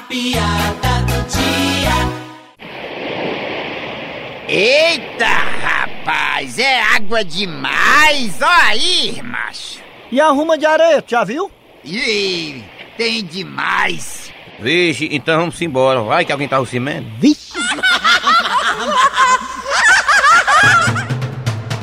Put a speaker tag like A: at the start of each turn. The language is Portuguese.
A: piada do dia.
B: Eita, rapaz, é água demais, ó aí, macho.
C: E arruma de areia, já viu?
B: Ih, tem demais.
D: Vixe, então vamos embora. Vai que alguém tá o cimento.
C: Vixe!